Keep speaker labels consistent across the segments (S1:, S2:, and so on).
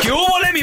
S1: ¿Qué hubo, le, mi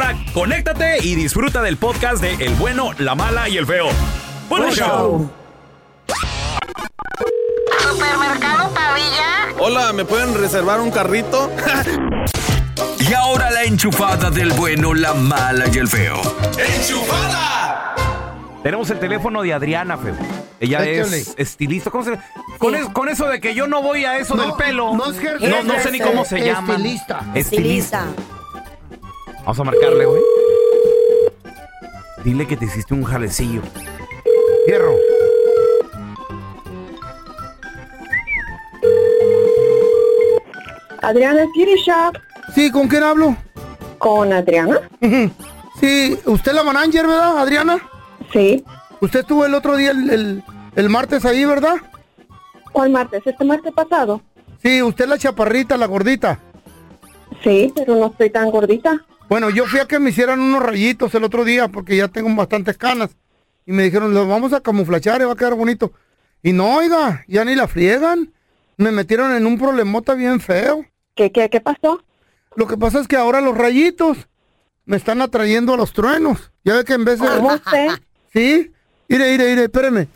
S1: conéctate y disfruta del podcast de El bueno, la mala y el feo. Bueno,
S2: Buen
S1: show.
S3: Supermercado Pavilla.
S2: Hola, ¿me pueden reservar un carrito?
S4: Y ahora la enchufada del bueno, la mala y el feo.
S1: Tenemos el teléfono de Adriana, feo. Ella
S4: Échale.
S1: es estilista. ¿Cómo se- con, es- con eso de que yo no voy a eso
S5: No,
S1: del pelo.
S5: no es hair
S1: no, no sé ni cómo se
S5: dresser,
S1: llama.
S5: estilista.
S1: Estilista. Vamos a marcarle, güey. Dile que te hiciste un jalecillo.
S5: Hierro.
S6: Adriana Beauty Shop.
S5: Sí, ¿con quién hablo?
S6: Con Adriana.
S5: Sí, usted es la manager, ¿verdad, Adriana?
S6: Sí.
S5: Usted estuvo el otro día, el, el- el martes ahí, ¿verdad?
S6: ¿Cuál martes? ¿Este martes pasado?
S5: Sí, usted es la chaparrita, la gordita.
S6: Sí, pero no estoy tan gordita.
S5: Bueno, yo fui a que me hicieran unos rayitos el otro día porque ya tengo bastantes canas. Y me dijeron, los vamos a camuflachar y va a quedar bonito. Y no, oiga, ya ni la friegan. Me metieron en un problemota bien feo.
S6: ¿Qué, qué, qué pasó?
S5: Lo que pasa es que ahora los rayitos me están atrayendo a los truenos. Ya ve que en vez de...
S6: ¿Cómo usted?
S5: ¿Sí? Ire, ire, ire, espéreme.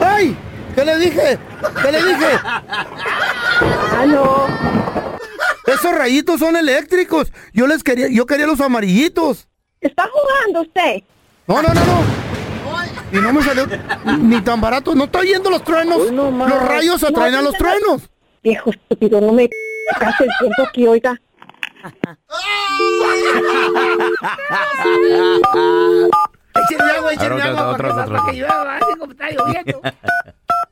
S5: ¡Ay! ¿Qué le dije? ¿Qué le dije?
S6: Ah, Aló.
S5: Esos rayitos son eléctricos. Yo les quería, yo quería los amarillitos.
S6: ¿Está jugando usted?
S5: No, no, no, no. Y no me salió ni tan barato. No está yendo los truenos.
S6: Uy, Pues no más.
S5: los rayos
S6: No,
S5: atraen a
S6: no
S5: los
S6: se va-
S5: truenos.
S6: Viejo estúpido, no me hace el tiempo aquí, oiga.
S5: Échenle agua, échenle
S1: Ahora
S5: agua. por
S1: otra, otra,
S5: favor,
S1: otra,
S5: para que llueva, así como está lloviendo.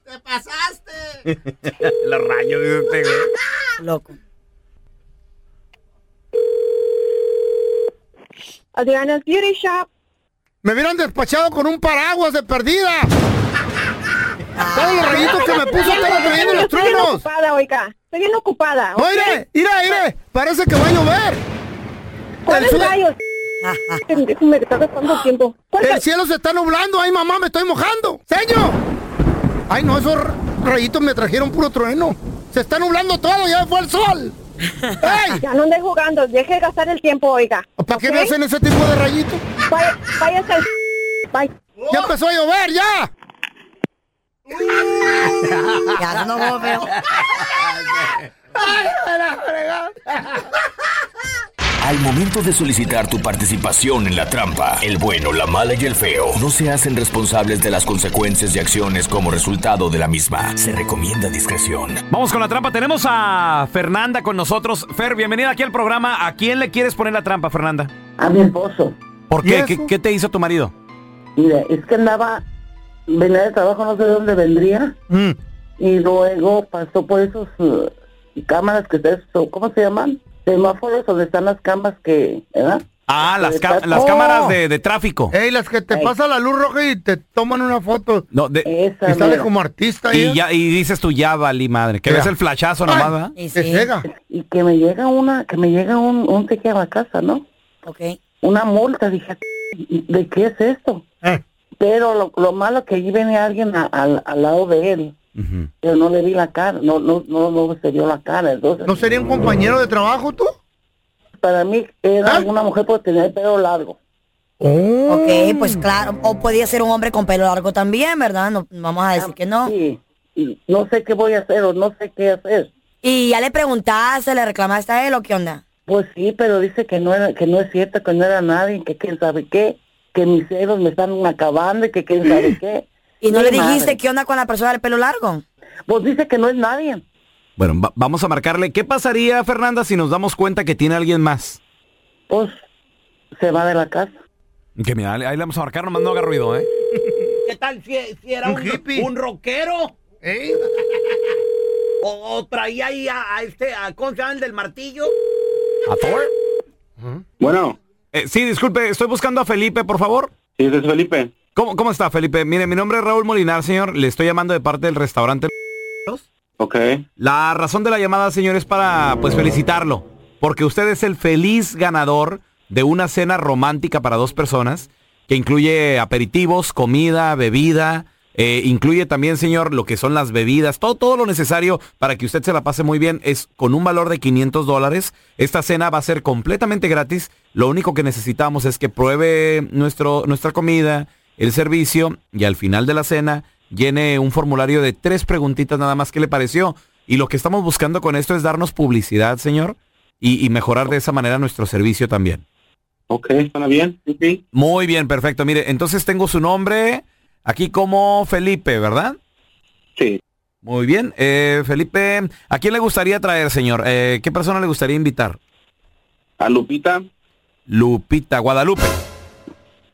S3: ¡Te pasaste!
S1: Los rayos, dice usted, güey.
S7: Loco.
S6: Adriana Beauty Shop.
S5: Me hubieran despachado con un paraguas de perdida. Todos los rayitos que me puso estaban atrayendo Ah. los
S6: Estoy bien
S5: truenos.
S6: ocupada, oiga. Estoy bien ocupada.
S5: No, mire, mire, mire. Parece que va a llover.
S6: ¿Cuáles
S5: el-
S6: rayos? Pendejo, me está gastando tiempo. ¿Cuál
S5: El cielo se está nublando. Ay, mamá, me estoy mojando. Señor. Ay, no, esos r- rayitos me trajeron puro trueno. Se está nublando todo, ya fue el sol. ¡Ey!
S6: Ya no ande jugando, deje de gastar el tiempo, oiga.
S5: ¿Para qué
S6: ¿Ok?
S5: me hacen ese tipo de rayitos?
S6: Vaya, váyase al... Bye.
S5: Ya empezó a llover, ya.
S7: Ya no como feo.
S4: Al momento de solicitar tu participación en la trampa, el bueno, la mala y el feo no se hacen responsables de las consecuencias y acciones como resultado de la misma. Se recomienda discreción.
S1: Vamos con la trampa. Tenemos a Fernanda con nosotros. Fer, bienvenida aquí al programa. ¿A quién le quieres poner la trampa, Fernanda?
S8: A mi esposo.
S1: ¿Por
S8: ¿Y
S1: qué?
S8: eso?
S1: ¿Qué, qué te hizo tu marido?
S8: Mira, es que andaba, venía de trabajo, no sé de dónde vendría.
S5: Mm.
S8: Y luego pasó por esos eh, cámaras que ustedes, o ¿cómo se llaman? Semáforos donde están las cámaras que, ¿verdad?
S1: Ah, las,
S8: Está-
S1: ca- las
S8: ¡Oh!
S1: cámaras de, de tráfico.
S5: Ey, las que te
S8: Ey.
S5: pasa la luz roja y te toman una foto.
S1: No, de-
S5: Y sale
S8: mira.
S5: como artista ahí.
S1: y, ya, y dices tú, ya valí madre. Que
S5: Ya.
S1: ves el flachazo nomás, ¿verdad?
S5: Te ciega.
S8: Y que me llega una, que me llega un, un cheque a la casa, ¿no?
S7: Ok.
S8: Una multa, dije, ¿de qué es esto?
S5: Eh.
S8: Pero lo, lo malo que allí venía alguien a- al- al lado de él.
S1: Ujú.
S8: Pero no le vi la cara, no, no, no, no se vio la cara, entonces.
S5: ¿No sería un compañero de trabajo tú?
S8: Para mí era
S5: ¿Ah?
S8: una mujer por tener el pelo largo. Oh.
S7: Ok, pues claro. O podía ser un hombre con pelo largo también, ¿verdad? No, vamos a decir que no.
S8: Ah, Sí. Y no sé qué voy a hacer o no sé qué hacer.
S7: ¿Y ya le preguntaste, le reclamaste a él o qué onda?
S8: Pues sí, pero dice que no era, que no es cierto, que no era nadie, que quién sabe qué, que mis ceros me están acabando y que quién
S5: ¿Eh?
S8: sabe qué.
S7: ¿Y no
S8: Mi
S7: le dijiste
S8: madre.
S7: qué onda con la persona del pelo largo?
S8: Pues dice que no es nadie.
S1: Bueno, va- vamos a marcarle. ¿Qué pasaría, Fernanda, si nos damos cuenta que tiene alguien más?
S8: Pues se va de la casa.
S1: Que mira, ahí le vamos a marcar, nomás no haga ruido, ¿eh?
S9: ¿Qué tal si, si era
S5: Un
S9: un,
S5: hippie. ¿Eh?
S9: un rockero?
S5: Ey.
S9: O, o traía ahí a, a este, a, ¿cómo se llama el del martillo?
S1: ¿A Thor?
S10: Bueno,
S1: Eh, sí, disculpe, estoy buscando a Felipe, por favor.
S10: sí, ese es Felipe.
S1: ¿Cómo, ¿Cómo está, Felipe? Mire, mi nombre es Raúl Molinar, señor. Le estoy llamando de parte del restaurante.
S10: Ok.
S1: La razón de la llamada, señor, es para, pues, felicitarlo. Porque usted es el feliz ganador de una cena romántica para dos personas, que incluye aperitivos, comida, bebida, eh, incluye también, señor, lo que son las bebidas, todo, todo lo necesario para que usted se la pase muy bien. Es con un valor de 500 dólares. Esta cena va a ser completamente gratis. Lo único que necesitamos es que pruebe nuestro, nuestra comida, el servicio y al final de la cena llene un formulario de tres preguntitas nada más. ¿Qué le pareció? Y lo que estamos buscando con esto es darnos publicidad, señor, y, y mejorar de esa manera nuestro servicio también.
S10: Ok, ¿suena bien? Sí, sí.
S1: Muy bien, perfecto. Mire, entonces tengo su nombre aquí como Felipe, ¿verdad?
S10: Sí.
S1: Muy bien. Eh, Felipe, ¿a quién le gustaría traer, señor? Eh, ¿Qué persona le gustaría invitar?
S10: ¿A Lupita?
S1: Lupita, Guadalupe.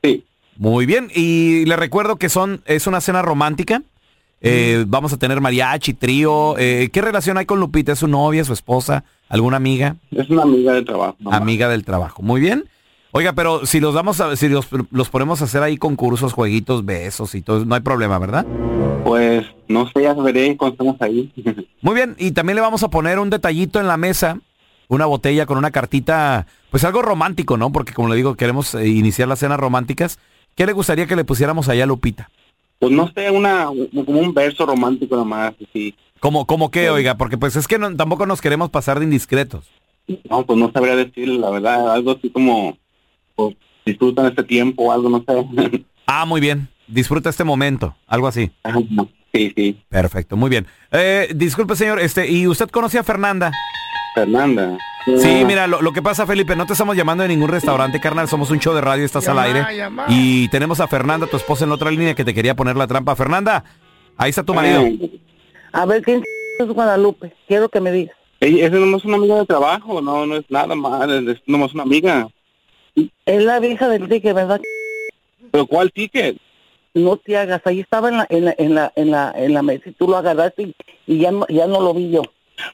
S10: Sí.
S1: Muy bien, y le recuerdo que son, es una cena romántica. Eh, Vamos a tener mariachi, trío. Eh, ¿Qué relación hay con Lupita? ¿Es su novia, su esposa, alguna amiga?
S10: Es una amiga de trabajo. mamá.
S1: Amiga del trabajo. Muy bien. Oiga, pero si los damos a- si los, los ponemos a hacer ahí concursos, jueguitos, besos y todo, no hay problema, ¿verdad?
S10: Pues, no sé, ya veré cuando estemos ahí.
S1: Muy bien, y también le vamos a poner un detallito en la mesa, una botella con una cartita, pues algo romántico, ¿no? Porque como le digo, queremos eh, iniciar las cenas románticas. ¿Qué le gustaría que le pusiéramos allá a Lupita?
S10: pues no sé, una, como un verso romántico nomás, sí.
S1: ¿Cómo, cómo qué, oiga? Porque pues es que no- tampoco nos queremos pasar de indiscretos.
S10: No, pues no sabría decirle, la verdad, algo así como, pues, disfrutan este tiempo o algo, no sé.
S1: Ah, muy bien. Disfruta este momento, algo así.
S10: Ajá, sí, sí.
S1: Perfecto, muy bien. Eh, disculpe, señor, este, ¿y usted conoce a Fernanda?
S10: Fernanda.
S1: Sí, mira, lo, lo que pasa, Felipe, no te estamos llamando de ningún restaurante, carnal. Somos un show de radio, estás
S5: Llamá,
S1: al aire.
S5: llamá.
S1: Y tenemos a Fernanda, tu esposa, en la otra línea que te quería poner la trampa. Fernanda, ahí está tu marido.
S10: Eh,
S8: A ver quién es Guadalupe. Quiero que me digas.
S10: ella- esa no es una amiga de trabajo, no, no es nada más, es nomás una amiga.
S8: Es la vieja del ticket, ¿verdad?
S10: ¿Pero cuál ticket?
S8: No te hagas. Ahí estaba en la, en la, en la, en la, en la mesa y tú lo agarraste y, y ya, no, ya no lo vi yo.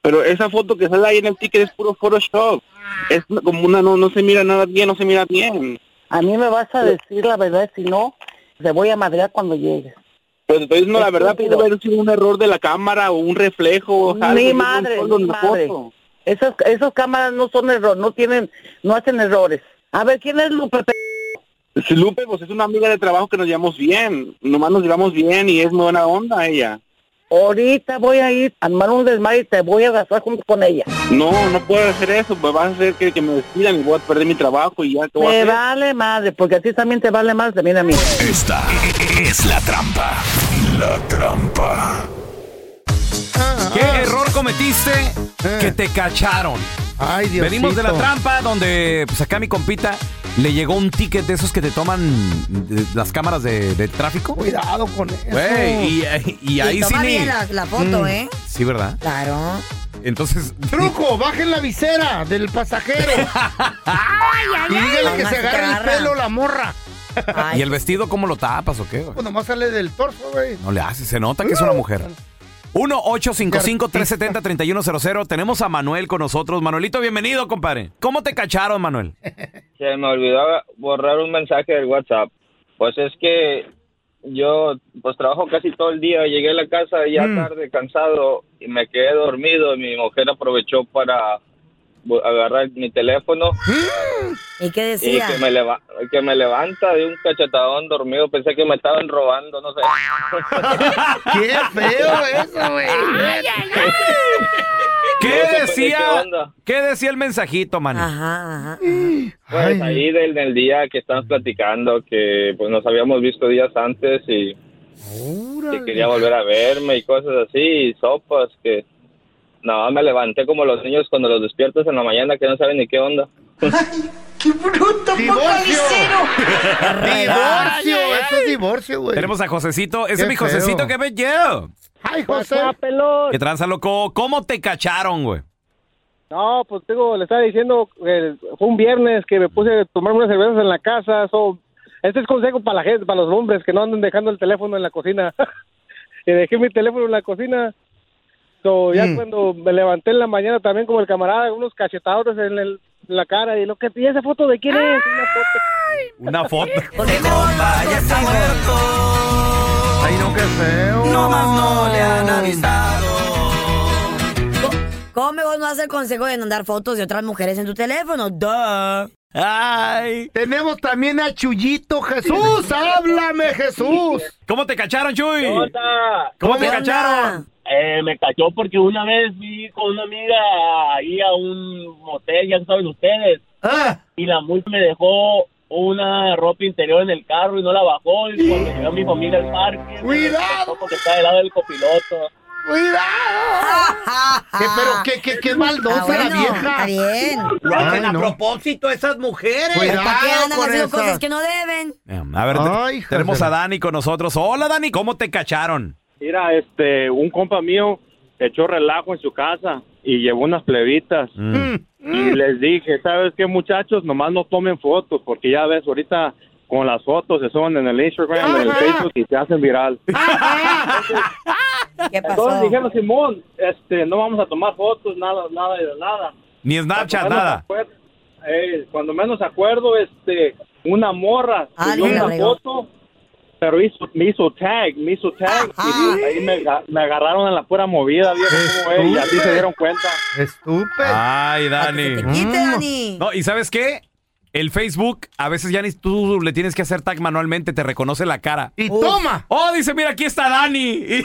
S10: Pero esa foto que sale ahí en el ticket es puro Photoshop. Es una- como una, no, no se mira nada bien, no se mira bien.
S8: A mí me vas a decir la verdad, si no, te voy a madrear cuando llegues.
S10: Pero te estoy diciendo Pues la verdad, pudo
S8: Estúpido.
S10: haber sido un error de la cámara o un reflejo. o algo,
S8: Mi
S10: yo no
S8: madre,
S10: solo
S8: mi
S10: en la
S8: madre.
S10: foto.
S8: Esas, esas cámaras no son error, no tienen, no hacen errores. A ver, ¿quién es Lupe?
S10: Si Lupe, pues es una amiga de trabajo que nos llevamos bien. Nomás nos llevamos bien y es muy buena onda ella.
S8: Ahorita voy a ir a armar un desmadre y te voy a gastar junto con ella.
S10: No, no puedo hacer eso, pues vas a hacer que, que me despidan y voy a perder mi trabajo y ya, ¿qué voy a
S8: Me
S10: hacer?
S8: vale madre, porque a ti también te vale madre, también a mí.
S4: Esta es la trampa. La trampa.
S5: Ah.
S1: ¿Qué error cometiste que te cacharon?
S5: Eh. Ay, Diosito.
S1: Venimos de la trampa donde pues acá mi compita le llegó un ticket de esos que te toman eh, las cámaras de, de tráfico.
S5: Cuidado con eso.
S1: Güey, y, y ahí sí
S7: toma
S1: ni-
S7: bien la, la foto,
S1: Mm.
S7: ¿eh?
S1: Sí, ¿verdad?
S7: Claro.
S1: Entonces,
S5: Truco, bajen la visera del pasajero. y díganle que
S1: Nomás
S5: se
S1: te
S5: agarre el
S1: agarra.
S5: pelo la morra.
S1: ¿y el vestido cómo lo tapas o qué? güey?
S5: Pues nomás sale del torso, güey.
S1: No le hace, se nota que es una
S5: Uh.
S1: mujer. 1-855-370-3100. Tenemos a Manuel con nosotros. Manuelito, bienvenido, compadre. ¿Cómo te cacharon, Manuel?
S11: Se me olvidó borrar un mensaje del WhatsApp. Pues es que yo pues trabajo casi todo el día, llegué a la casa ya
S12: Mm.
S11: tarde, cansado, y me quedé dormido y mi mujer aprovechó para bu- agarrar mi teléfono
S1: Mm.
S7: ¿Y qué
S11: y
S7: decía?
S11: que me, leva- que me levanta de un cachetadón dormido, pensé que me estaban robando, no sé.
S5: ¡Qué feo eso, güey!
S1: ¿Qué
S11: No, pues,
S1: decía?
S11: ¿qué onda?
S1: ¿Qué decía el mensajito, man?
S8: Mm.
S11: Pues ahí del, del día que están platicando, que pues nos habíamos visto días antes y que quería volver a verme y cosas así, y sopas que no, me levanté como los niños cuando los despiertas en la mañana que no saben ni qué onda.
S5: ¡Divorcio! Eso es divorcio, güey.
S1: Tenemos a Josecito. Ese
S5: Qué
S1: es mi Josecito
S5: feo.
S1: que me lleva.
S5: ¡Ay, José!
S1: ¿Qué tranza, loco? ¿Cómo te cacharon, güey?
S12: No, pues digo, le estaba diciendo, eh, fue un viernes que me puse a tomar unas cervezas en la casa. So, este es consejo para la gente, para los hombres que no anden dejando el teléfono en la cocina. y dejé mi teléfono en la cocina. So, ya
S13: Mm.
S12: cuando me levanté en la mañana también como el camarada, unos cachetadores en, el- en la cara y lo que y esa foto de quién es Una foto.
S1: Una foto.
S5: ¡Ay, no, qué feo!
S1: No más no le han
S7: ¿Cómo mejor no hace el consejo de mandar fotos de otras mujeres en tu teléfono? Duh.
S1: ¡Ay!
S5: Tenemos también a Chuyito. ¡Jesús,
S13: ¿ah?
S5: háblame, Jesús!
S1: ¿Cómo te cacharon, Chuy?
S5: ¿Cómo te ¿Qué onda? cacharon?
S14: Eh, me cachó porque una vez fui con una amiga ahí a un motel, ya saben ustedes. Y la multa me dejó una ropa interior en el carro y no la bajó. Y cuando llegó mi familia al parque, ¡Cuidado! porque está del lado del copiloto.
S5: ¡Cuidado! ¿Qué, pero qué, qué, qué maldosa la vieja.
S7: Está bien.
S15: Lo hacen
S5: Ay,
S15: a
S5: no.
S15: propósito esas mujeres.
S5: Cuidado
S7: ¿Para qué andan
S5: con
S7: haciendo
S5: esa.
S7: cosas que no deben?
S1: A ver, te- tenemos a Dani con nosotros. Hola, Dani, ¿cómo te cacharon?
S13: Mira, este, un compa mío echó relajo en su casa y llevó unas plebitas. Y les dije, ¿sabes qué, muchachos? Nomás no tomen fotos porque ya ves, ahorita con las fotos se suben en el Instagram, en el Facebook y se hacen viral.
S7: ¿Qué
S13: Entonces dijeron, Simón, este, no vamos a tomar fotos, nada, nada, de nada.
S1: Ni Snapchat, nada.
S13: Pues, eh, cuando menos acuerdo, este, una morra
S7: Ah,
S13: subió
S7: le
S13: una
S7: regó.
S13: foto, pero hizo, me hizo tag, me hizo tag, y ahí me, aga- me agarraron en la pura movida, viejo, cómo es, y así se dieron cuenta.
S5: Estúpido. Mm.
S1: Ay, Dani.
S7: Quite, Dani.
S1: No, ¿y sabes qué? El Facebook, a veces ya ni tú le tienes que hacer tag manualmente, te reconoce la cara.
S5: ¡Y toma!
S1: ¡Oh, dice, mira, aquí está Dani! Y-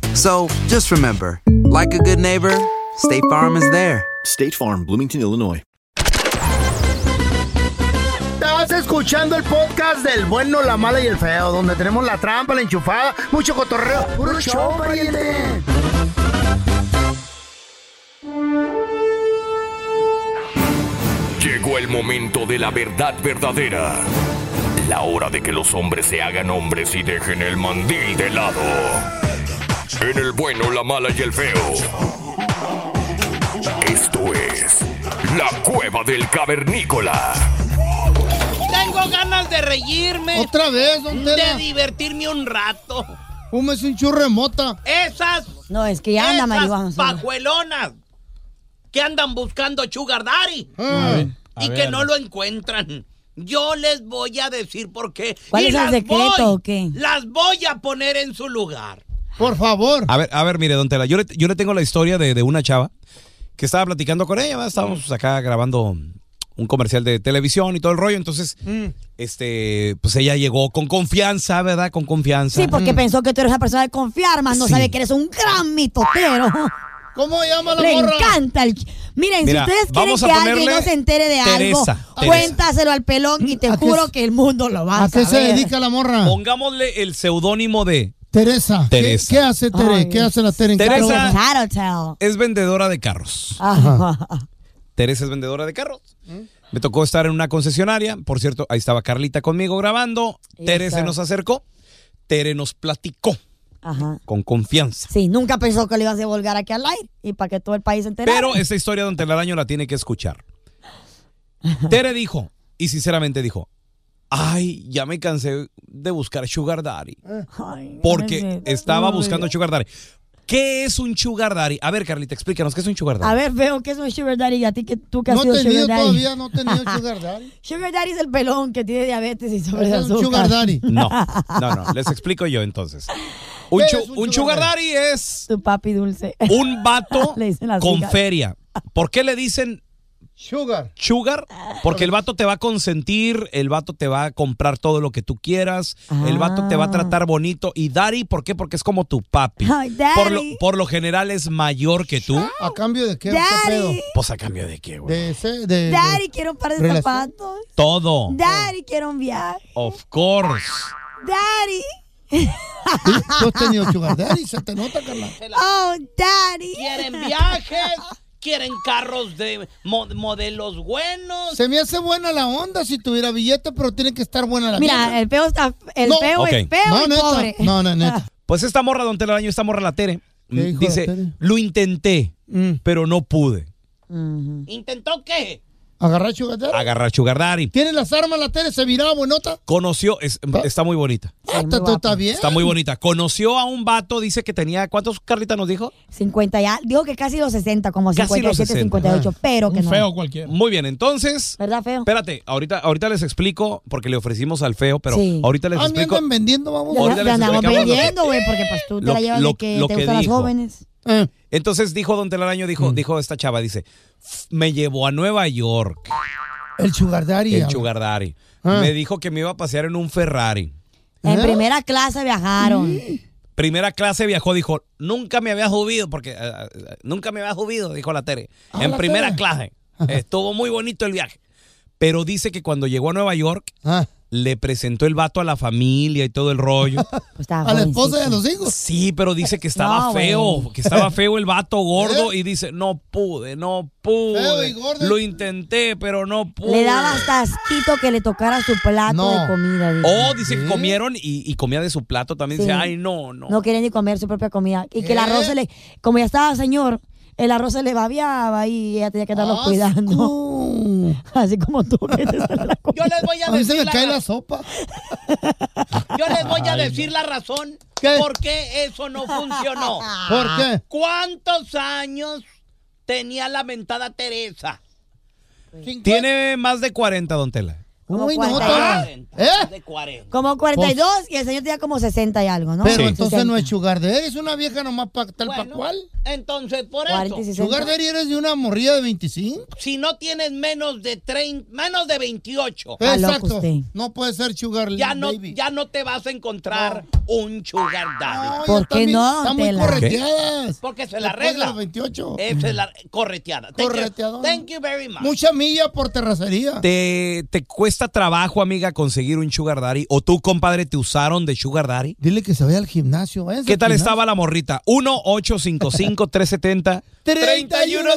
S16: So just remember, like a good neighbor, State Farm is there.
S17: State Farm, Bloomington, Illinois.
S5: escuchando el podcast del bueno, la mala y el feo, donde tenemos la trampa, la enchufada, mucho cotorreo. ¡Puro show, pariente!
S4: Llegó el momento de la verdad verdadera. La hora de que los hombres se hagan hombres y dejen el mandil de lado. En el bueno, la mala y el feo. Esto es la cueva del cavernícola.
S14: Tengo ganas de reírme.
S13: Otra vez, don Tela.
S14: De divertirme un rato.
S13: Fúmese un churremota.
S14: Esas.
S7: No, es que ya anda, marihuana.
S14: Esas pajuelonas que andan buscando Sugar Daddy
S13: Ah.
S14: y que no lo encuentran. Yo les voy a decir por qué.
S7: ¿Cuál
S14: y
S7: es el
S14: las
S7: secreto
S14: voy-
S7: o qué?
S14: Las voy a poner en su lugar.
S13: Por favor.
S1: A ver, a ver, mire, don Tela, yo le, yo le tengo la historia de, de una chava que estaba platicando con ella, ¿verdad? estábamos acá grabando un comercial de televisión y todo el rollo, entonces,
S13: Mm.
S1: este, pues ella llegó con confianza, ¿verdad? Con confianza. Mm.
S7: Sí, porque pensó que tú eres una persona de confiar, más no
S1: Sí.
S7: sabe que eres un gran mitotero.
S13: ¿Cómo llama
S7: Le encanta el... ch- Miren,
S1: Mira,
S7: si ustedes quieren
S1: vamos a
S7: que alguien
S1: ponerle
S7: no se entere de algo,
S1: Teresa, Teresa.
S7: cuéntaselo al pelón y te juro que el mundo lo va a,
S13: ¿A qué se
S7: saber.
S13: dedica la morra?
S1: Pongámosle el seudónimo de
S13: Teresa. ¿Qué-
S1: Teresa.
S13: ¿Qué, hace Tere? ¿Qué hace la Tere en
S1: Teresa.
S13: casa?
S7: Tattletale.
S1: es vendedora de carros. Teresa es vendedora de carros.
S13: Mm.
S1: Me tocó estar en una concesionaria. Por cierto, ahí estaba Carlita conmigo grabando.
S7: Ahí
S1: Tere
S7: está.
S1: se nos acercó. Tere nos platicó
S7: Ajá.
S1: con confianza.
S7: Sí, nunca pensó que lo ibas a volgar aquí al aire y para que todo el país se enterara.
S1: Pero esta historia Don Telaraño la tiene que escuchar. Tere dijo, y sinceramente dijo, ay, ya me cansé de buscar Sugar Daddy.
S7: Eh.
S1: Porque estaba buscando Sugar Daddy. ¿Qué es un Sugar Daddy? A ver, Carlita, explícanos, ¿qué es un Sugar Daddy?
S7: A ver, veo que es un sugar daddy y a ti que tú que has
S13: No
S7: sido
S13: he tenido
S7: sugar daddy.
S13: todavía, no he tenido sugar daddy.
S7: Sugar daddy es el pelón que tiene diabetes y sobre
S13: Es un sugar daddy.
S1: No, no, no, les explico yo entonces. Un, chu- un Sugar Daddy es
S7: Tu papi dulce.
S1: un vato
S7: Le dicen las
S1: con
S7: hijas.
S1: feria. ¿Por qué le dicen
S13: Sugar.
S1: Sugar, porque el vato te va a consentir, el vato te va a comprar todo lo que tú quieras, el vato te va a tratar bonito. Y Daddy, ¿por qué? Porque es como tu papi.
S7: Ah. Ay, daddy. Ah,
S1: Por lo, por lo general es mayor que tú.
S13: ¿A cambio de qué? ¿Qué pedo?
S7: Daddy,
S1: Pues a cambio de qué, güey.
S13: De ese, de- de-
S7: daddy quiero un par de
S1: Relación.
S7: zapatos.
S1: Todo.
S7: Daddy quiero un viaje.
S1: Of course.
S7: Daddy.
S13: Tú has
S14: Ah.
S13: tenido sugar daddy, se te nota, Carla.
S7: Oh, daddy.
S14: Quieren viajes, quieren carros de mo- modelos buenos.
S13: Se me hace buena la onda si tuviera billete, pero tiene que estar buena la
S7: Mira,
S13: vieja.
S7: el peo está. El
S13: No.
S7: peo
S1: Ok.
S7: es peo
S13: No,
S7: y
S13: neta.
S7: pobre. Ah.
S13: No, no, neta.
S1: Pues esta morra, don Telaraño, esta morra la Tere,
S13: ¿Qué dijo
S1: dice,
S13: la Tere? Mm.
S1: lo intenté, pero no pude
S14: ¿Intentó qué?
S13: Agarrar sugar daddy.
S1: agarrar Sugar Daddy.
S13: ¿Tiene las armas la Tere? ¿Se miraba buenota?
S1: Conoció, es- está muy bonita.
S13: ¿Está, tú Ah, está bien?
S1: Está muy bonita. Conoció a un vato, dice que tenía, ¿cuántos Carlita nos dijo?
S7: 50 ya. Digo que casi los 60, como
S1: Casi los
S7: 57,
S13: Ah,
S7: 58, pero que no.
S1: cualquiera. Muy bien, entonces.
S7: ¿Verdad, feo?
S1: Espérate, ahorita, ahorita les explico, porque le ofrecimos al feo, pero
S7: Sí.
S1: ahorita les
S13: Ah, me
S1: explico.
S13: andan vendiendo, vamos.
S1: Ahorita
S7: Te
S1: les
S7: andamos
S1: explicamos lo que-
S7: vendiendo, güey, porque pues tú te
S1: lo-
S7: la llevas
S1: lo-
S7: de que
S1: lo
S7: te
S1: que
S7: gustan
S1: dijo.
S7: las jóvenes.
S13: Eh.
S1: Entonces dijo Don Telaraño,
S13: Mm.
S1: dijo, dijo esta chava, dice, "F- me llevó a Nueva York,
S13: El sugar daddy.
S1: el
S13: ah.
S1: Sugar Daddy. Me dijo que me iba a pasear en un Ferrari.
S7: En primera clase viajaron.
S1: Primera clase viajó, dijo, nunca me había subido, porque eh, eh, nunca me había subido, dijo la Tere.
S13: Ah,
S1: en
S13: la
S1: primera
S13: Tere.
S1: clase. Estuvo muy bonito el viaje. Pero dice que cuando llegó a Nueva York,
S13: Ah,
S1: le presentó el vato a la familia y todo el rollo.
S7: Pues
S13: a
S7: estaba
S13: la
S7: jovencito.
S13: esposa de los hijos.
S1: Sí, pero dice que estaba
S7: No, güey.
S1: feo, que estaba feo el vato gordo y dice, no pude, no
S13: ¿Eh? Feo y
S1: pude.
S13: gordo.
S1: Lo intenté, pero no pude.
S7: Le daba hasta asquito que le tocara su plato
S13: No.
S7: de comida. dice.
S1: Oh, dice
S13: ¿Eh?
S1: que comieron y, y comía de su plato también.
S7: Sí.
S1: Dice, ay, no, no.
S7: No quería ni comer su propia comida. Y que
S13: ¿Qué?
S7: el arroz se le. Como ya estaba señor, el arroz se le babiaba y ella tenía que estarlo
S13: Asco.
S7: cuidando. Así como tú que te sale la
S14: Yo
S7: comida.
S14: les voy a
S13: A mí se
S14: decir,
S13: me
S14: la,
S13: cae la
S14: ra-
S13: sopa.
S14: yo les voy a decir la razón
S13: ¿Qué?
S14: por qué eso no funcionó.
S13: ¿Por qué?
S14: ¿Cuántos años tenía la mentada Teresa?
S1: Tiene más de 40, don Tela.
S7: Como
S13: Uy, no,
S7: 40.
S13: Tela. ¿Eh? Pues-
S14: De 40.
S7: Como 42 y el señor tenía como 60 y algo, ¿no?
S13: Pero
S1: Sí.
S13: entonces no es
S7: 60.
S13: sugar daddy, es una vieja nomás pa, tal pa
S14: Bueno,
S13: cual.
S14: entonces, por
S7: 40 y
S14: eso,
S7: 60.
S13: Sugar daddy eres de una morrilla de 25.
S14: si no tienes menos de 30, menos de 28,
S7: Está Ah, loco
S13: Exacto.
S7: usted.
S13: No puede ser sugar
S14: ya no,
S13: baby.
S14: ya no te vas a encontrar un sugar daddy.
S13: No,
S7: ¿Por
S13: ya
S7: qué
S13: están bien-
S7: no,
S13: Están muy
S7: Tela?
S13: correteadas.
S14: Porque se la
S13: Después de
S14: arregla.
S13: los 28.
S14: Esa es la correteada. Thank you,
S13: Correteadona.
S14: thank you very much.
S13: Mucha milla por terracería.
S1: Te, te cuesta cuesta trabajo, amiga, conseguir un sugar daddy? ¿O tú, compadre, te usaron de sugar daddy?
S5: Dile que se vaya al gimnasio. váyanse
S1: ¿Qué
S5: al
S1: tal
S5: gimnasio.
S1: estaba la morrita? 1-855-370.
S5: 3100.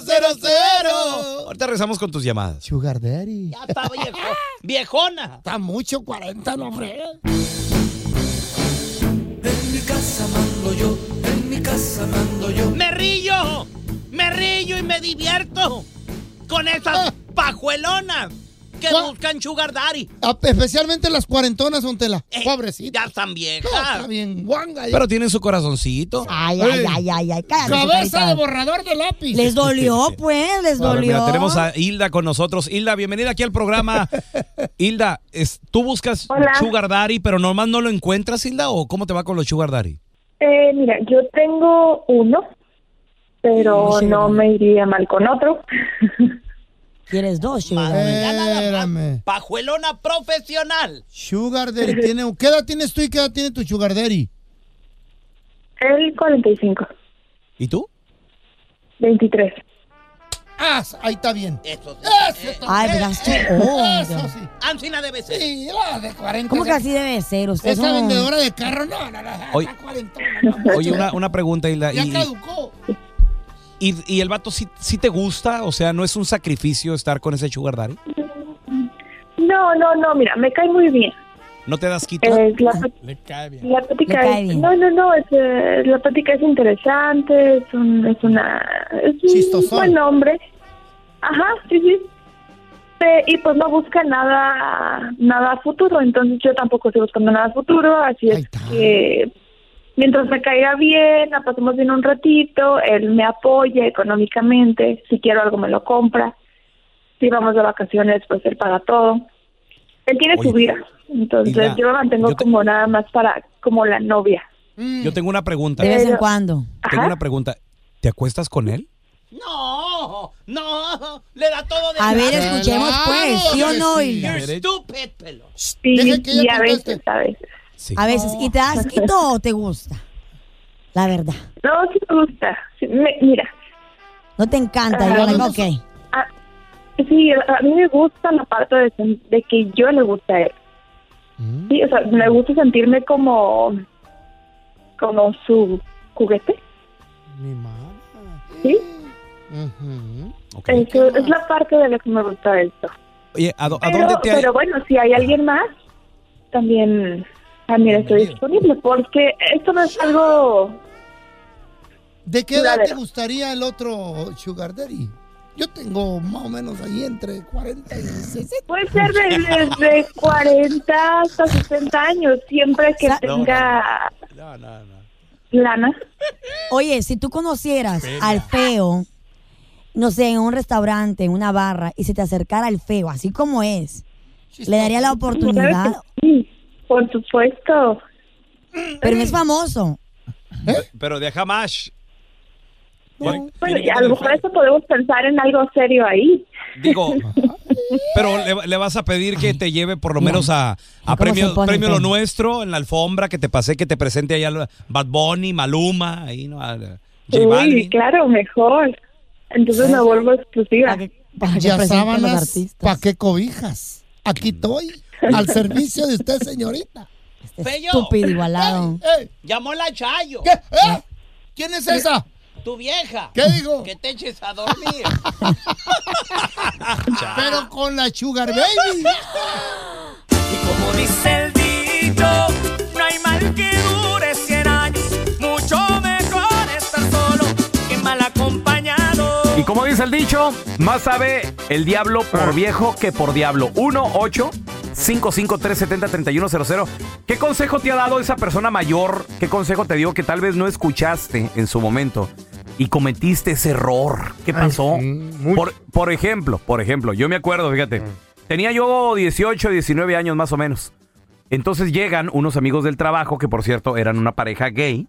S1: Ahorita rezamos con tus llamadas.
S5: Sugar Daddy.
S14: Ya está viejo, viejona.
S5: Está mucho, 40, no fregues.
S14: En mi casa mando yo, en mi casa mando yo. Me río, me río y me divierto con esas pajuelonas que buscan sugar daddy.
S5: Ah, Especialmente las cuarentonas, don Tela.
S14: Eh.
S5: Pobrecita.
S14: Ya están viejas.
S5: Está bien, guanga. ya.
S1: Pero tienen su corazoncito.
S7: Ay, ay, ay, ay, ay. cállate,
S5: Cabeza de
S7: carita.
S5: borrador de lápiz.
S7: Les dolió, pues, les
S1: A ver,
S7: dolió.
S1: mira, tenemos a Hilda con nosotros. Hilda, bienvenida aquí al programa. Hilda, es- ¿tú buscas
S18: Hola.
S1: Sugar Daddy, pero nomás no lo encuentras, Hilda? ¿O cómo te va con los Sugar Daddy?
S18: Eh, mira, yo tengo uno, pero no me iría mal con otro.
S7: Tienes dos, sugar
S5: Espérame.
S14: Pajuelona profesional.
S5: Sugar Daddy tiene. ¿Qué edad tienes tú y qué edad tiene tu Sugar Daddy?
S18: El 45,
S1: ¿Y tú?
S18: 23.
S5: Ah, ahí está bien.
S14: Eso sí. Eh,
S5: Eso está
S7: Ay,
S5: bien.
S7: pero así-
S5: Eso sí.
S14: Ancina debe ser.
S5: Sí, la de 40.
S7: ¿Cómo que así debe ser? Usted
S5: Esa
S7: son-
S5: vendedora de carro, no, no, no.
S1: Oye, oye, una, una pregunta, Hilda.
S5: Ya
S1: ¿Y,
S5: caducó.
S1: y, y el vato sí, sí te gusta? O sea, ¿no es un sacrificio estar con ese Sugar Daddy?
S18: No, no, no, mira, me cae muy bien.
S1: ¿No te das quito?
S18: Es Eh, la, la plática
S7: Ah, Le cae
S18: es,
S7: bien.
S18: no, no, no, es, eh, la plática es interesante, es, un, es una, es un
S5: Chistosón.
S18: buen hombre. Ajá, sí, sí. Eh, y pues no busca nada, nada a futuro, entonces yo tampoco estoy buscando nada a futuro, así es que mientras me caiga bien, la pasemos bien un ratito, él me apoya económicamente, si quiero algo me lo compra, si vamos de vacaciones pues él paga todo. Él tiene su vida, entonces
S1: Hilda,
S18: yo me mantengo como nada más para como la novia.
S1: Yo tengo una pregunta.
S7: De vez en
S18: Pero-
S7: cuando.
S1: Tengo una pregunta. ¿Te acuestas con él?
S14: No, no, le da todo de
S7: A ver,
S14: gratis.
S7: escuchemos, pues, ¿sí o no, Hilda?
S14: You're stupid, pelo.
S18: Sí,
S5: Deja que ella
S18: y a
S5: conteste.
S18: veces, a veces.
S7: A veces, ¿y te das quito o te gusta? La verdad.
S18: No, sí me gusta. Sí, me- mira, Ah,
S7: No te encanta,
S18: Ajá.
S7: yo digo, ok.
S18: a- Ah, sí, a mí me gusta la parte de, sen- de que yo le gusta a él.
S1: Mm.
S18: Sí, o sea, me gusta sentirme como, como su juguete. Mi mamá. Sí,
S1: Ok.
S18: eso es la parte de lo que me gusta de esto.
S1: Oye, ¿a, do- a
S18: Pero,
S1: dónde te ha-
S18: pero bueno, si hay alguien más, también, también estoy disponible, porque esto no es algo...
S5: ¿De qué edad te
S18: Duradero.
S5: gustaría el otro Sugar Daddy? Yo tengo más o menos ahí entre 40 y 60.
S18: Puede ser de- desde 40 hasta 60 años, siempre que
S7: Sa- No,
S18: tenga lana.
S7: Oye, si tú conocieras al feo, no sé, en un restaurante, en una barra, y se te acercara al feo, así como es, le daría la oportunidad,
S18: Claro que sí, por supuesto.
S7: pero no es famoso.
S1: Pero de Hamash.
S18: Bueno, y a lo mejor eso podemos pensar en algo serio ahí.
S1: Digo, pero le, le vas a pedir que te lleve por lo menos a, a
S7: ¿Cómo
S1: premio,
S7: se pone,
S1: premio
S7: Tela?
S1: lo nuestro en la alfombra, que te pase, que te presente ahí al Bad Bunny, Maluma, ahí, ¿no? A J
S18: Uy,
S1: Balvin.
S18: claro, mejor. Entonces me vuelvo exclusiva.
S7: Para que
S5: Ya
S7: presenten los
S5: sábanas,
S7: artistas. Mm.
S5: ¿para qué cobijas? Aquí estoy, al servicio de usted, señorita.
S14: Pello,
S7: Este Estúpido igualado.
S5: ¡Ey!
S14: llamó la Chayo,
S5: ¿Qué? ¿Eh? ¿Quién es esa?
S14: tu vieja.
S5: ¿Qué digo?
S14: Que te eches a dormir.
S5: Pero con la Sugar Baby.
S19: Como dice el dicho, no hay mal que dure 100 años. Mucho mejor estar solo que mal acompañado.
S10: Y como dice el dicho, más sabe el diablo por viejo que por diablo. 1 8 55370 3100 ¿Qué consejo te ha dado esa persona mayor? ¿Qué consejo te dio que tal vez no escuchaste en su momento y cometiste ese error? ¿Qué pasó? por, por ejemplo, por ejemplo, yo me acuerdo, fíjate, tenía yo 18, 19 años más o menos. Entonces llegan unos amigos del trabajo, que por cierto eran una pareja gay,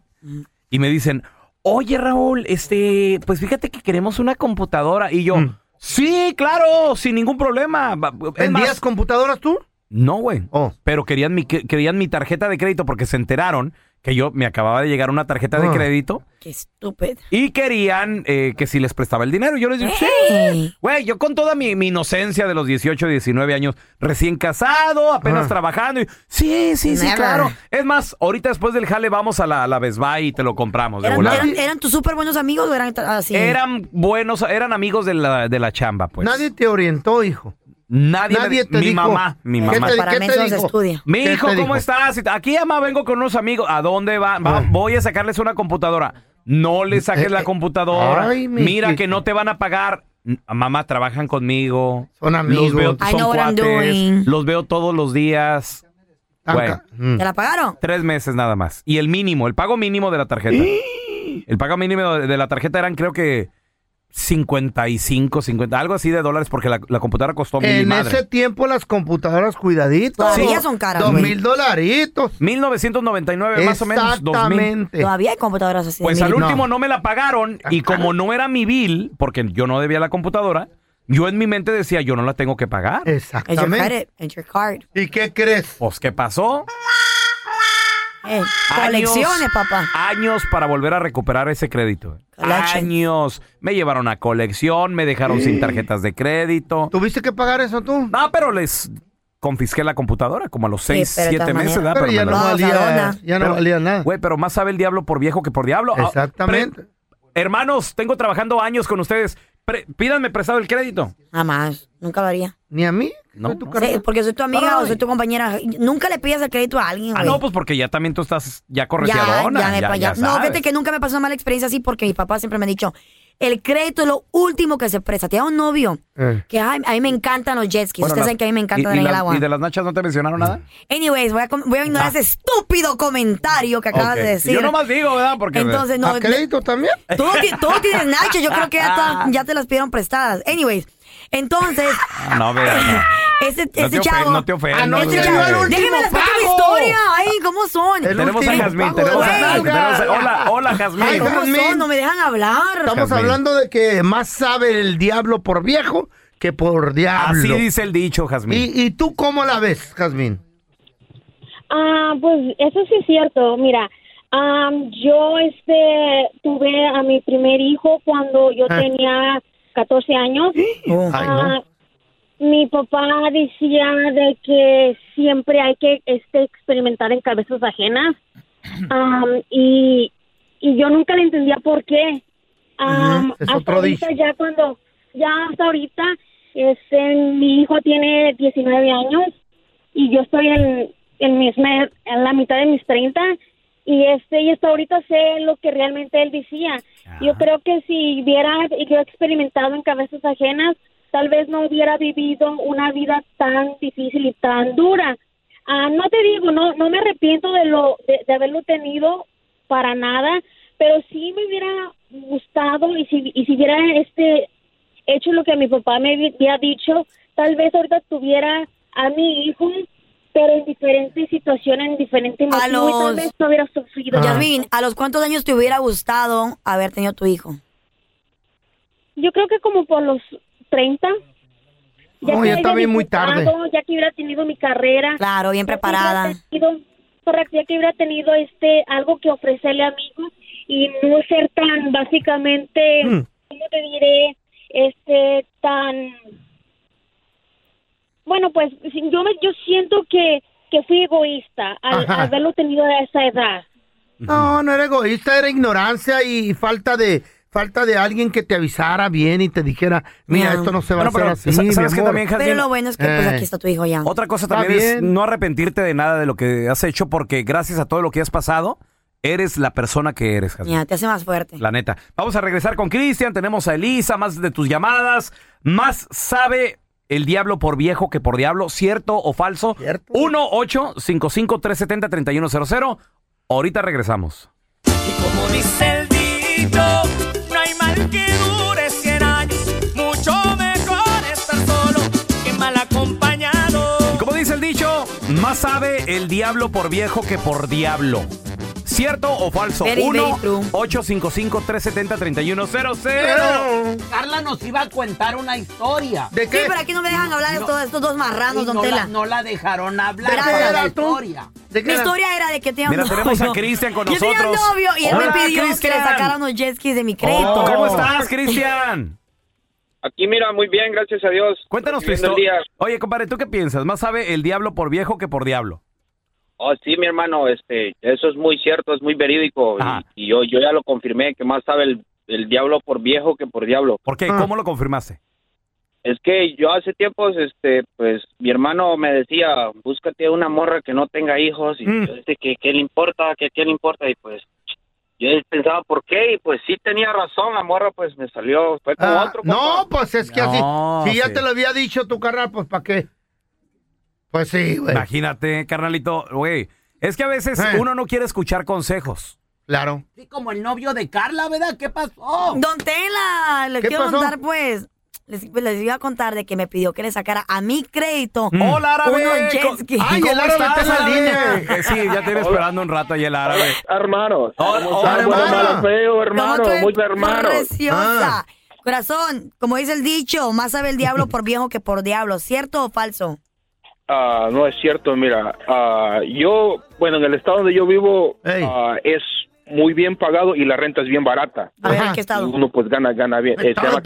S10: y me dicen, oye Raúl, este, pues fíjate que queremos una
S20: Mm.
S10: computadora. Y yo, sí, claro, sin ningún problema. Va- es más,
S20: computadoras tú? Oh.
S1: No, güey. Pero querían mi, que- querían mi tarjeta de crédito porque se enteraron que yo me acababa de llegar una tarjeta de
S7: Ah.
S1: crédito
S7: Qué estúpido.
S1: y querían eh, que si les prestaba el dinero. Yo les dije, sí. Güey, yo con toda mi, mi inocencia de los 18, 19 años, recién casado, apenas
S21: Ah.
S1: trabajando. y, sí, sí, sí,
S7: Never.
S1: claro. Es más, ahorita después del jale vamos a la, a la Best Buy y te lo compramos de
S7: ¿Eran,
S1: volada.
S7: eran, eran tus súper buenos amigos o eran tra- así?
S1: Eran buenos, eran amigos de la, de la chamba, pues.
S5: Nadie te orientó, hijo.
S1: Nadie, me-
S5: Nadie te
S1: mi
S5: dijo.
S1: mamá, mi
S5: ¿Qué
S1: mamá.
S5: te- Para qué te mensos dijo? estudia.
S1: Mi
S5: ¿Qué
S1: hijo,
S5: te
S1: ¿cómo
S5: dijo?
S1: estás? Aquí, mamá, vengo con unos amigos. ¿A dónde va? Va- Voy a sacarles una computadora. No le saques la computadora.
S5: Eh, ay, mi
S1: Mira
S5: hijito.
S1: que no te van a pagar. N- Mamá, trabajan conmigo.
S5: Son amigos.
S1: Los veo,
S5: I
S1: son
S7: know what I'm
S1: cuates.
S7: doing.
S1: Los veo todos los días. Güey,
S5: Mm.
S7: ¿Te la pagaron?
S1: tres meses nada más. Y el mínimo, el pago mínimo de la tarjeta. El pago mínimo de de la tarjeta eran, creo que. 55, 50, algo así de dólares porque la, la computadora costó mil y
S5: En
S1: madres.
S5: ese tiempo las computadoras, cuidaditos.
S7: Todavía son caras,
S5: Dos
S7: güey.
S5: mil dolaritos.
S1: 1999 más o menos. 2000.
S5: Exactamente.
S7: Todavía hay computadoras así. de
S1: Pues al
S7: mil.
S1: último no. me la pagaron y como no era mi bill, porque yo no debía la computadora, yo en mi mente decía, yo no la tengo que pagar.
S7: It's your
S1: Exactamente.
S7: credit, it's your card.
S5: ¿Y qué crees?
S1: Pues ¿qué pasó?
S7: Eh,
S1: Años.
S7: colecciones, papá.
S1: Años para volver a recuperar ese crédito.
S7: Collection.
S1: Años. Me llevaron a colección, me dejaron sin tarjetas de crédito.
S5: ¿Tuviste que pagar eso tú?
S1: No, pero les confisqué la computadora como a los
S5: Sí,
S1: 6,
S5: pero de
S1: 7
S5: todas
S1: meses.
S5: maneras.
S1: ¿verdad?
S5: Pero ya
S1: me
S5: no
S1: la-
S5: valía- Osadona. ya no valía nada.
S1: Güey, pero más sabe el diablo por viejo que por diablo. Ah,
S5: Exactamente.
S1: pre- hermanos, tengo trabajando años con ustedes. Pre- pídanme prestado el crédito.
S7: Jamás. Nunca lo haría.
S5: ¿Ni a mí?
S1: No. no.
S7: Sí, porque soy tu amiga o soy tu compañera. Nunca le pidas el crédito a alguien,
S1: Ah,
S7: güey.
S1: no, pues porque ya también tú estás ya
S7: ya,
S1: correteadona.
S7: ya,
S1: Ya,
S7: me pa- ya.
S1: ya
S7: No,
S1: sabes.
S7: fíjate que nunca me pasó una mala experiencia así porque mi papá siempre me ha dicho, el crédito es lo último que se presta. Te da un novio
S5: Eh.
S7: que ay, a mí me encantan los jet skis.
S1: Bueno,
S7: Ustedes
S1: las-
S7: saben que a mí me
S1: y-
S7: encanta
S1: y,
S7: tener el
S1: la-
S7: agua.
S1: ¿Y de las nachas no te mencionaron nada?
S7: Anyways, voy a, com- voy a ignorar ese estúpido comentario que acabas
S1: Ok.
S7: de decir.
S1: Yo nomás digo, ¿verdad? Porque
S7: Entonces, no,
S1: ¿A crédito
S5: también?
S7: Tú, ti- tú tienes nachas, yo creo que ya, está- ya te las pidieron prestadas. Anyways, entonces,
S1: Ah, No, vea. no.
S7: este,
S1: te
S7: este
S1: ofen-
S7: chavo...
S1: no te ofendas,
S7: Ah, no, este
S1: güey.
S7: chavo-
S1: Yo el último
S7: Déjenme les cuento mi
S1: pago.
S7: historia. Ay, ¿cómo son?
S1: Tenemos a Jazmín, tenemos a
S5: Güey.
S1: tenemos a- Hola, hola, Jazmín.
S7: Ay, ¿cómo son? No me dejan hablar.
S5: Estamos hablando de que más sabe el diablo por viejo que por diablo.
S1: Así dice el dicho, Jazmín.
S5: ¿Y, y tú cómo la ves, Jazmín?
S2: Ah, pues eso sí es cierto. Mira, am, yo este tuve a mi primer hijo cuando yo
S3: Ah.
S2: tenía 14 años.
S3: Oh. Ay, no.
S2: Ah, mi papá decía de que siempre hay que este experimentar en cabezas ajenas. Am, y, y yo nunca le entendía por qué. Am,
S3: Ujú, es
S2: hasta
S3: otro
S2: ahorita
S3: dicho.
S2: ya cuando ya hasta ahorita este mi hijo tiene 19 años y yo estoy en, en, mis me- en la mitad de mis 30 y este y hasta ahorita sé lo que realmente él decía. Yo creo que si hubiera yo experimentado en cabezas ajenas, tal vez no hubiera vivido una vida tan difícil y tan dura. Ah, no te digo, no no me arrepiento de lo de, de haberlo tenido para nada, pero sí me hubiera gustado y si y si hubiera este hecho lo que mi papá me había- había dicho, tal vez ahorita tuviera a mi hijo, pero en diferente situación, en diferente motivo, y tal
S7: los-
S2: vez no hubiera
S7: Ah.
S2: sufrido.
S7: Yasmín, ¿a los cuántos años te hubiera gustado haber tenido tu hijo?
S2: Yo creo que como por los 30.
S7: No,
S2: que
S7: ya está
S2: haya
S7: bien muy
S2: disfrutado, Ya que hubiera tenido mi carrera.
S7: Claro,
S2: ya
S7: bien
S2: que
S7: preparada.
S2: hubiera tenido- correcto, ya que hubiera tenido este algo que ofrecerle a mi hijo y no ser tan básicamente,
S3: Mm.
S2: ¿cómo te diré? Este, tan... Bueno, pues sí, yo, me, yo siento que, que fui egoísta al,
S5: Ajá.
S2: al haberlo tenido a esa edad.
S5: No, no era egoísta, era ignorancia y falta de falta de alguien que te avisara bien y te dijera, mira,
S1: No.
S5: esto no se va
S1: Bueno, pero
S5: a hacer así,
S1: sa-
S5: mi
S1: ¿sabes qué
S5: amor? Eh,
S1: también, Jazmín? Pero lo
S7: bueno es que, pues, aquí está tu hijo ya.
S1: Eh. Otra cosa también es no arrepentirte de nada de lo que has hecho porque gracias a todo lo que has pasado, eres la persona que eres, Jazmín.
S7: Ya, te hace más fuerte.
S1: La neta. Vamos a regresar con Cristian. Tenemos a Elisa, más de tus llamadas. Más sabe el diablo por viejo que por diablo, cierto o falso. 1 855 370 3100 Ahorita regresamos.
S22: Como dice el dicho, no hay mal que dure 100 años. Mucho mejor estar solo que mal acompañado.
S1: Y como dice el dicho, más sabe el diablo por viejo que por diablo. ¿Cierto o falso?
S14: Very, very true.
S1: 1-855-370-3100.
S14: Carla nos iba a contar una historia.
S7: ¿De qué? Sí, pero aquí no me dejan hablar de todos estos dos marranos,
S14: y
S7: don
S14: no
S7: Tela.
S14: La, no la dejaron hablar.
S7: Pero,
S14: de
S7: ¿era
S14: la
S7: tú?
S14: historia.
S7: Mi historia era de que tenía
S1: Mira,
S7: un
S1: tenemos a
S7: novio.
S1: Cristian con
S7: Yo tenía un
S1: nosotros.
S7: novio y él
S1: Hola,
S7: me pidió que
S1: Cristian.
S7: le sacara unos jet skis de mi crédito.
S5: Oh.
S1: ¿Cómo estás, Cristian?
S11: Aquí mira, muy bien, gracias a Dios.
S1: Cuéntanos tu
S11: Viviendo el
S1: historia.
S11: día.
S1: Oye, compadre, ¿tú qué piensas? Más sabe el diablo por viejo que por diablo.
S11: Oh, sí, mi hermano, este, eso es muy cierto, es muy verídico. Y, y yo, yo ya lo confirmé, que más sabe el, el diablo por viejo que por diablo.
S1: ¿Por qué?
S5: Ah.
S1: ¿Cómo lo confirmaste?
S11: Es que yo hace tiempos, este, pues, mi hermano me decía, búscate una morra que no tenga hijos. Y
S1: Mm.
S11: yo dije, que qué le importa? que qué le importa? Y pues, yo pensaba, ¿por qué? Y pues sí tenía razón, la morra pues me salió, fue como
S5: Ah,
S11: otro.
S5: no, pues es que
S1: No,
S5: así. Si ya
S1: sí.
S5: te lo había dicho tu carnal, pues ¿para qué? Pues sí, güey. Eh.
S1: Imagínate, carnalito, güey. Es que a veces uno no quiere escuchar consejos.
S5: Claro.
S14: Sí, como el novio de Carla, ¿verdad? ¿Qué pasó?
S7: Don Tela, les
S14: ¿Qué
S7: quiero
S14: pasó?
S7: contar pues. Les, pues, les iba a contar de que me pidió que le sacara a mi crédito
S1: Mm. Hola, árabe.
S7: unos jet
S1: Co-
S7: skis.
S1: Ay, el árabe está en la línea. Eh, Sí, ya tiene esperando un rato ahí el árabe.
S23: Hermano.
S7: hermano.
S23: oh, feo, hermano.
S7: Como tú eres
S23: Muy hermano.
S7: Preciosa.
S14: Ah.
S7: Corazón, como dice el dicho, más sabe el diablo por viejo que por diablo. ¿Cierto o falso?
S23: Ah, no es cierto, mira, ah, yo, bueno, en el estado donde yo vivo ah, es muy bien pagado y la renta es bien barata.
S7: A ver, ¿en qué estado?
S23: Y Uno pues gana, gana bien. Eh, se llama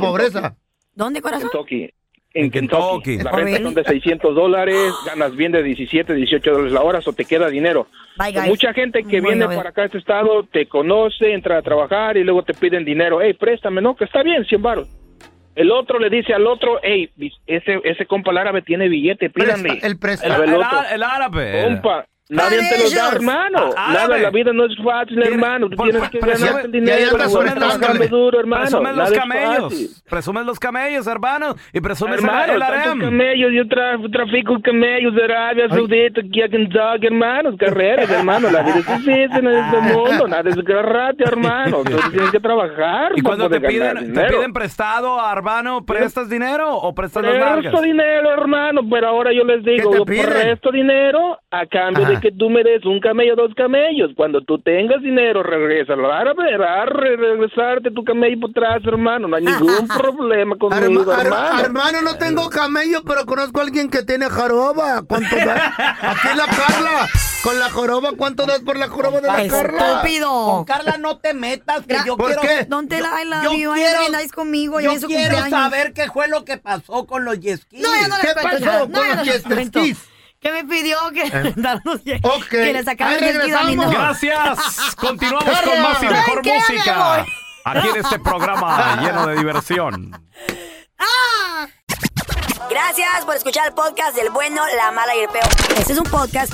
S7: ¿Dónde, corazón?
S23: Kentucky. En Kentucky. La
S7: Oh,
S23: renta
S7: really?
S23: son de 600 dólares, ganas bien de 17, 18 dólares la hora, o te queda dinero.
S7: Bye,
S23: Pues
S7: guys.
S23: Mucha gente que
S7: Bueno,
S23: viene
S7: a ver.
S23: para acá a este estado te conoce, entra a trabajar y luego te piden dinero. Hey, préstame, no, que está bien, 100 baros. El otro le dice al otro, hey, ese, ese compa el árabe tiene billete, pídanme. El
S1: El, el á- el árabe.
S23: Compa, nadie te lo da, hermano.
S1: Ah,
S23: Nada,
S1: árabe.
S23: la vida no es fácil, hermano. Tú tienes que ganar el dinero, trabajando duro, hermano.
S1: Presumen los
S23: Nada es fácil.
S1: camellos. Presumen los camellos, hermano. Y presumes
S23: Hermano,
S1: el
S23: tantos
S1: harem.
S23: camellos, yo tra- trafico camellos de Arabia Saudita aquí a Kentucky, hermanos, carreras, hermano, la vida es difícil en este
S1: Ah.
S23: mundo, nada es gratis, hermano, tú tienes que trabajar.
S1: Y cuando
S23: para
S1: te
S23: poder ganar
S1: piden, te
S23: dinero.
S1: piden prestado, Arbano, ¿prestas dinero o prestas las marcas?
S23: Presto dinero, hermano, pero ahora yo les digo,
S1: ¿Qué te
S23: yo
S1: piden?
S23: presto dinero a cambio
S1: Ajá.
S23: de que tú me des un camello, dos camellos. Cuando tú tengas dinero, regresa a ver, a re- regresarte tu camello por atrás, hermano. No hay ningún problema conmigo,
S5: Herma- her-
S23: hermano.
S5: hermano, no tengo camello, pero conozco a alguien que tiene jaroba. ¿Cuánto das? Aquí es la Carla. Con la joroba, ¿cuánto das por la joroba de la Carla?
S14: Con Carla no te metas, que yo
S5: ¿Por
S14: quiero...
S5: qué?
S7: Don Tela, I love
S14: Yo
S7: you. Ay,
S14: quiero-
S7: David, nice conmigo.
S14: Yo
S7: ya es su
S14: quiero
S7: cumpleaños.
S14: saber qué fue lo que pasó con los yesquis.
S7: No, ya no les cuento nada. No, ya no les cuento. Que me pidió que,
S14: Eh.
S7: dar unos jet- que le sacara
S14: Ahí
S7: un jet ski a mi novio.
S1: Gracias. Continuamos con más y
S7: ¿Saben
S1: mejor
S7: qué? Me
S1: música.
S7: voy.
S1: Aquí en este programa lleno de diversión.
S7: Gracias por escuchar el podcast del bueno, la mala y el peor. Este es un podcast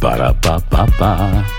S10: Para pa pa pa.